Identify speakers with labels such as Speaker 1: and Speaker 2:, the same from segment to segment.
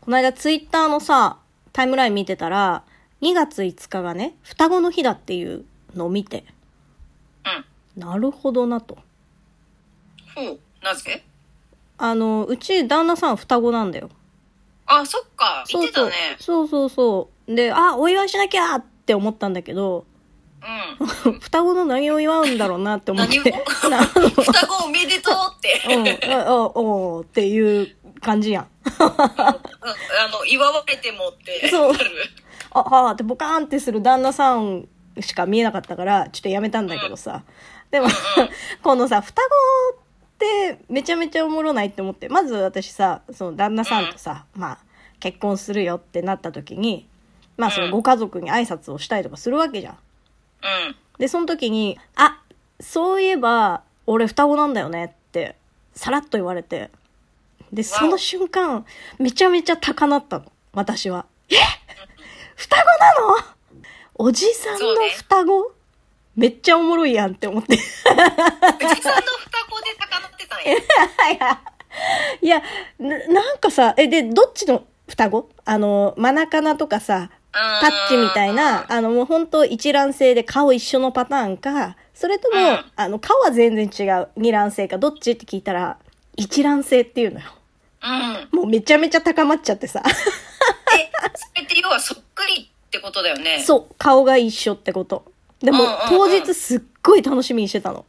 Speaker 1: この間ツイッターのさ、タイムライン見てたら、2月5日がね、双子の日だっていうのを見て、
Speaker 2: うん。
Speaker 1: なるほどなと。
Speaker 2: ほう。なぜ
Speaker 1: あの、うち旦那さん双子なんだよ。
Speaker 2: あ、そっか。言ってたね。
Speaker 1: そうそうそう。で、あ、お祝いしなきゃって思ったんだけど、
Speaker 2: うん。
Speaker 1: 双子の何を祝うんだろう なって思って。
Speaker 2: 何双子おめでとう って。
Speaker 1: なうん、ああおうっていう感じやん。
Speaker 2: うんあの、祝われてもって。
Speaker 1: そう
Speaker 2: なる
Speaker 1: あ、はあってボカーンってする旦那さんしか見えなかったから、ちょっとやめたんだけどさ。でも、このさ、双子ってめちゃめちゃおもろないって思って、まず私さ、その旦那さんとさ、まあ、結婚するよってなった時に、まあそのご家族に挨拶をしたりとかするわけじゃん。
Speaker 2: うん。
Speaker 1: で、その時に、あ、そういえば、俺双子なんだよねって、さらっと言われて。で、
Speaker 2: わお
Speaker 1: その瞬間、めちゃめちゃ高鳴ったの。私は。え双子なのおじさんの
Speaker 2: そうね
Speaker 1: 双子、めっちゃおもろいやんって思って。い
Speaker 2: 藤井さんの双子で高鳴ってたんや。
Speaker 1: やいやな、なんかさ、え、で、どっちの双子あの、マナカナとかさ、 タ
Speaker 2: タ
Speaker 1: ッチみたい。な、あのもう本当一卵性で顔一緒のパターンか、それとも、
Speaker 2: うん
Speaker 1: あの顔は全然違う二卵性かどっちって聞いたら、一卵性っていうのよ。
Speaker 2: うん。
Speaker 1: もうめちゃめちゃ高まっちゃってさ。
Speaker 2: え、それって要はそっくりってことだよね。う。
Speaker 1: そう、顔が一緒ってこと。でも、
Speaker 2: うんうんうん
Speaker 1: 当日すっごい楽しみにしてたの。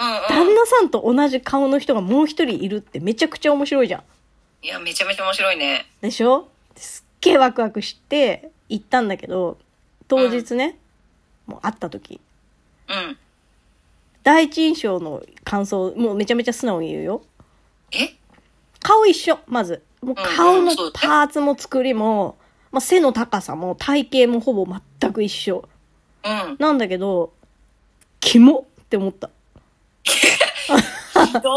Speaker 2: うんうん。
Speaker 1: 旦那さんと同じ顔の人がもう一人いるってめちゃくちゃ面白いじゃん。
Speaker 2: いや、めちゃめちゃ面白いね。
Speaker 1: でしょすっげえワクワクして行ったんだけど、当日ね、もう会った時、
Speaker 2: うん。
Speaker 1: 第一印象の感想、もうめちゃめちゃ素直に言うよ。
Speaker 2: え
Speaker 1: 顔一緒、まず。もう
Speaker 2: う
Speaker 1: 顔
Speaker 2: んう
Speaker 1: の
Speaker 2: んそうだね
Speaker 1: パーツも作りも、まあ、背の高さも体型もほぼ全く一緒。
Speaker 2: うん。
Speaker 1: なんだけど、キモって思った。
Speaker 2: ひどっ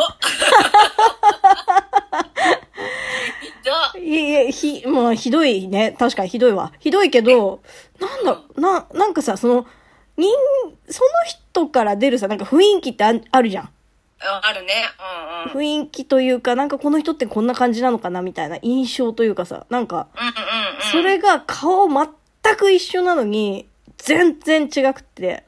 Speaker 2: ひどっ
Speaker 1: いやいや、ひ、まあ、ひどいね。確かにひどいわ。ひどいけど、なんだ、な、なんかさ、その、人、その人から出るさ、なんか雰囲気ってああるじゃん。
Speaker 2: ああるね。うんうん。うん
Speaker 1: 雰囲気というか、なんかこの人ってこんな感じなのかな、みたいな印象というかさ、なんか、
Speaker 2: うんうん。
Speaker 1: それが顔全く一緒なのに、全然違くて。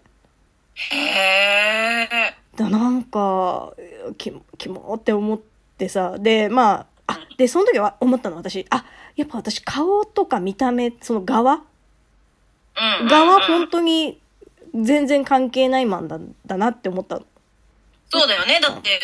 Speaker 2: へえ。
Speaker 1: だなんか、き、きもって思ってさ。で、まあ、あ、で、その時は思ったの私。あ、やっぱ私顔とか見た目、その側
Speaker 2: うん。
Speaker 1: 側
Speaker 2: うん
Speaker 1: 本当に全然関係ないマンだ、だなって思ったの。
Speaker 2: そうだよね。だって、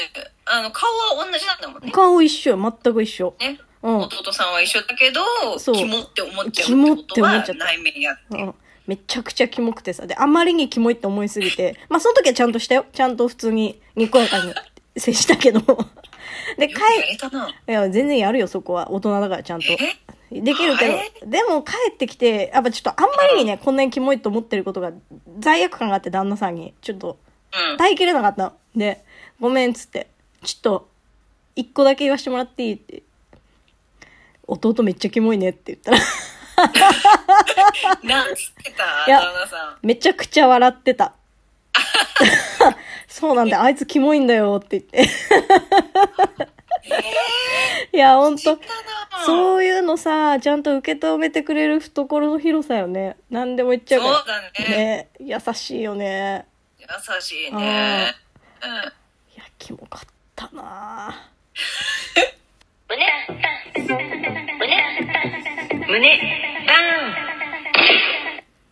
Speaker 2: あの、顔は同じなんだもんね。
Speaker 1: 顔一緒よ、全く一緒。
Speaker 2: ね。
Speaker 1: うん。うん。
Speaker 2: 弟さんは一緒だけど
Speaker 1: そう、
Speaker 2: キモって思っちゃう。
Speaker 1: キモって思っちゃった
Speaker 2: ことは内面やっていう。
Speaker 1: めちゃくちゃキモくてさ。で、あまりにキモいって思いすぎて。まあ、その時はちゃんとしたよ。ちゃんと普通に、にこやかに接したけど。で、帰
Speaker 2: よくやれたな。
Speaker 1: いや、全然やるよ、そこは。大人だから、ちゃんと。
Speaker 2: え
Speaker 1: できるけ
Speaker 2: え
Speaker 1: ど。でも、帰ってきて、やっぱちょっとあんまりにね、こんなにキモいと思ってることが、罪悪感があって、旦那さんに。ちょっと、
Speaker 2: うん。
Speaker 1: 耐えきれなかったの。で、ごめん、っつって。ちょっと、一個だけ言わしてもらっていいって。弟めっちゃキモいねって言ったら、
Speaker 2: なんつってた
Speaker 1: いや
Speaker 2: 旦那さん。
Speaker 1: めちゃくちゃ笑ってた。そうなんだ、あいつキモいんだよって言って。いや、ほんと。
Speaker 2: だなそう
Speaker 1: そういうのさ、ちゃんと受け止めてくれる懐の広さよね。何でも言っちゃうから。
Speaker 2: だね。
Speaker 1: ね。優しいよね。
Speaker 2: 優しいね。うん。
Speaker 1: いや、キモかったな
Speaker 2: 胸胸バ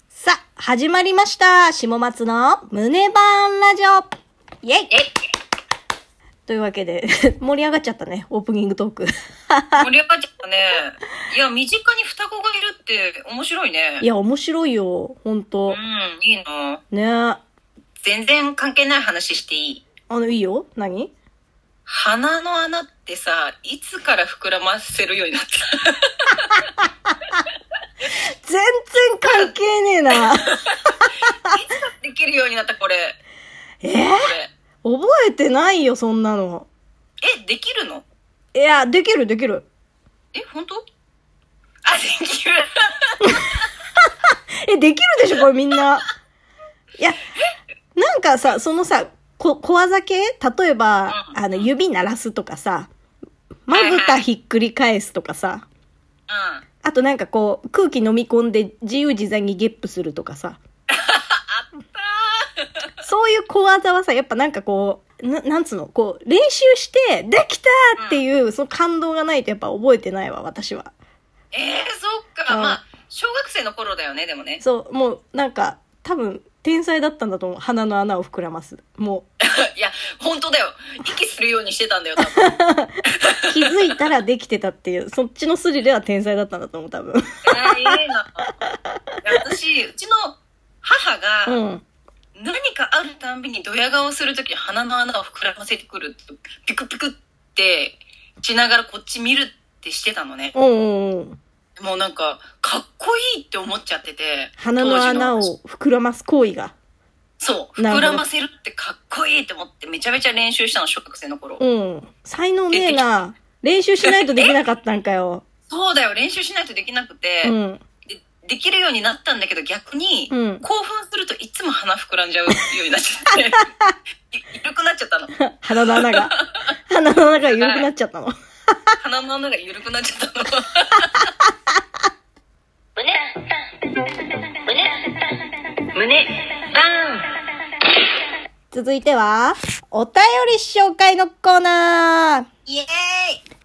Speaker 1: さあ、始まりました。下松の胸バーンラジオ。イェイというわけで、 盛り上がっちゃったね、オープニングトーク。
Speaker 2: ーン盛り上がっちゃったね。いや、身近に双子がいるって面白いね。
Speaker 1: いや、面白いよ、ほんと。
Speaker 2: うん、いいな。
Speaker 1: ねあ
Speaker 2: 全然関係ない話していい。
Speaker 1: の、いいよ何
Speaker 2: 鼻の穴ってさ、いつから膨らませるようになった
Speaker 1: 全然関係ねえ な。
Speaker 2: できるようになったこれ。
Speaker 1: え
Speaker 2: こ
Speaker 1: ー
Speaker 2: れ。
Speaker 1: 覚えてないよ、そんなの。
Speaker 2: え、できるの
Speaker 1: いや、できる、できる。
Speaker 2: え、本当あ、できる。
Speaker 1: え、できるでしょ、これみんな。いや、なんかさ、そのさ、こ小技系例えば、
Speaker 2: うん
Speaker 1: あの、指鳴らすとかさ、まぶたひっくり返すとかさ、
Speaker 2: あ
Speaker 1: あとなんかこう、空気飲み込んで自由自在にゲップするとかさ。そういう小技はさ、やっぱなんかこう、ななんつうの、こう、練習して、できたっていう、その感動がないとやっぱ覚えてないわ、私は。
Speaker 2: ーえー、そっか、
Speaker 1: うん
Speaker 2: まあ小学生の頃だよねでもね
Speaker 1: そう、もうなんか、多分、天才だったんだと思う。鼻の穴を膨らます。も
Speaker 2: いや本当だよ息するようにしてたんだよ多 分うん
Speaker 1: う、気づいたらできてたっていう、そっちの筋では天才だったんだと思う、多分。
Speaker 2: いいないや私うちの母が、
Speaker 1: うん。
Speaker 2: 何かあるたんびにドヤ顔するとき鼻の穴を膨らませてくるとピクピクってしながらこっち見るってしてたのね
Speaker 1: うんうんうん。
Speaker 2: もうなんかかっこいいって思っちゃってて
Speaker 1: 鼻の穴を
Speaker 2: 当時の
Speaker 1: 膨らます行為が。
Speaker 2: そう
Speaker 1: なるほ
Speaker 2: 膨
Speaker 1: ど
Speaker 2: らませるってかっこいいって思ってめちゃめちゃ練習したの小学生の頃、
Speaker 1: うん。才能ねえな。練習しないとできなかったんかよ。
Speaker 2: そうだよ練習しないとできなくて、
Speaker 1: うん。
Speaker 2: でできるようになったんだけど逆に、
Speaker 1: うん
Speaker 2: 興奮するといつも鼻膨らんじゃうようになっちゃって い緩くなっちゃったの
Speaker 1: 鼻の 穴が。鼻の穴が緩くなっちゃったの。
Speaker 2: 鼻の穴が緩くなっちゃったの
Speaker 3: 胸胸バーン
Speaker 1: 続いては、お便り紹介のコーナー。
Speaker 2: イエーイ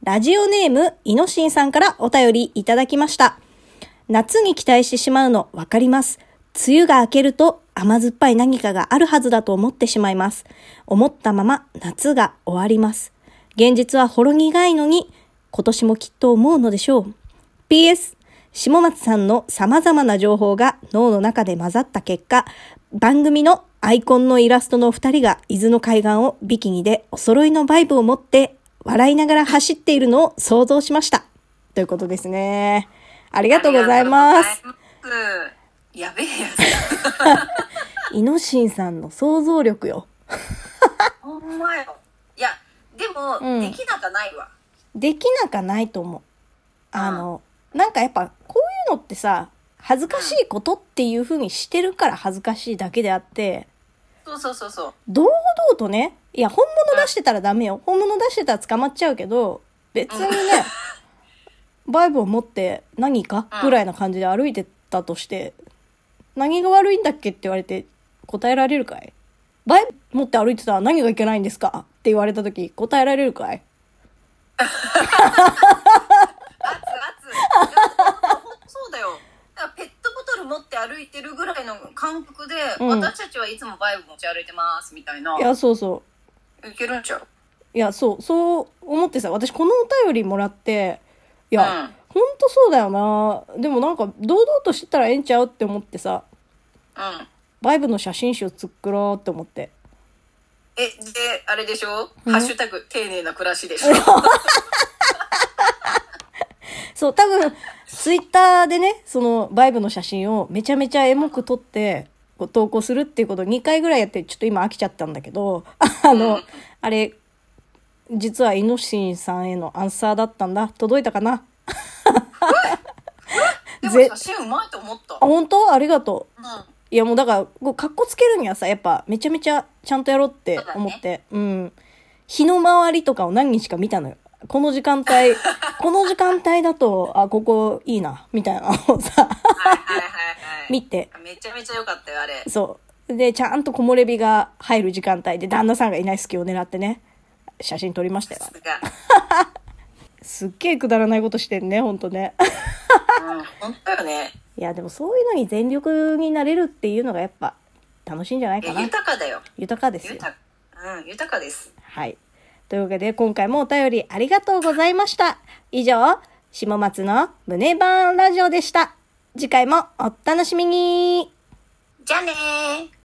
Speaker 1: ラジオネーム、いのしんさんからお便りいただきました。夏に期待してしまうのわかります。梅雨が明けると甘酸っぱい何かがあるはずだと思ってしまいます。思ったまま夏が終わります。現実はほろ苦いのに、今年もきっと思うのでしょう。PS、下松さんの様々な情報が脳の中で混ざった結果、番組のアイコンのイラストのお二人が伊豆の海岸をビキニでお揃いのバイブを持って笑いながら走っているのを想像しました。ということですね。あり
Speaker 2: あ
Speaker 1: がとうございます。
Speaker 2: りがとうございます。やべえや
Speaker 1: イノシンさんの想像力よ。
Speaker 2: つ。ほんまよ。いや、でも、
Speaker 1: うん
Speaker 2: できなかないわ。
Speaker 1: できなかないと思う。あの、なんかやっぱこういうのってさ、恥ずかしいことっていう風にしてるから恥ずかしいだけであって、
Speaker 2: そうそうそうそう。
Speaker 1: 堂々とね、いや、本物出してたらダメよ。本物出してたら捕まっちゃうけど、別に ね、バイブを持って何か
Speaker 2: うん
Speaker 1: ぐらいな感じで歩いてたとして、何が悪いんだっけって言われて答えられるかいバイブ持って歩いてたら何がいけないんですかって言われた時答えられるかい
Speaker 2: 熱熱。そうだよ。だからペットボトル持って歩いてるぐらいの感覚で、
Speaker 1: うん
Speaker 2: 私たちはいつもバイブ持ち歩いてますみたいな。
Speaker 1: いや、そうそう。
Speaker 2: いけるんちゃう
Speaker 1: いや、そう、そう思ってさ、私このお便りもらって、いや、
Speaker 2: うん
Speaker 1: ほんとそうだよな。でもなんか、堂々としてたらええんちゃうって思ってさ、
Speaker 2: うん。
Speaker 1: バイブの写真集作ろうって思って。
Speaker 2: え、で、あれでしょ、
Speaker 1: うん
Speaker 2: ハッシュタグ、丁寧な暮ら しでしょ
Speaker 1: そう、多分、ツイッターでね、その、バイブの写真をめちゃめちゃエモく撮って、こう投稿するっていうことを2回ぐらいやって、ちょっと今飽きちゃったんだけど、あの、あれ、実はイノシンさんへのアンサーだったんだ。届いたかな
Speaker 2: でも
Speaker 1: ぜ
Speaker 2: 写真うまいと思った。
Speaker 1: あ、本当ありがとう。
Speaker 2: うん。あ
Speaker 1: いやもうだからこうかっこつけるにはさやっぱめちゃめちゃちゃんとやろうって思ってう,、ん日の回りとかを何日か見たのよこの時間 帯この時間帯だとあここいいなみたいなのをさ
Speaker 2: はいはいはいは
Speaker 1: 見て
Speaker 2: い。めちゃめちゃ良かったよ、あれ。
Speaker 1: そうでちゃんと木漏れ日が入る時間帯で旦那さんがいない隙を狙ってね写真撮りましたよ
Speaker 2: さすが。
Speaker 1: すっげえくだらないことしてんねほんとね
Speaker 2: うん、本当よね。
Speaker 1: いやでもそういうのに全力になれるっていうのがやっぱ楽しいんじゃない
Speaker 2: い
Speaker 1: か
Speaker 2: や
Speaker 1: な
Speaker 2: 豊かだよ。
Speaker 1: 豊かですよ
Speaker 2: 豊か。うん、豊かです。
Speaker 1: はい。というわけで、今回もお便りありがとうございました。以上、下松の胸バーンラジオでした。次回もお楽しみに
Speaker 2: じゃあねー。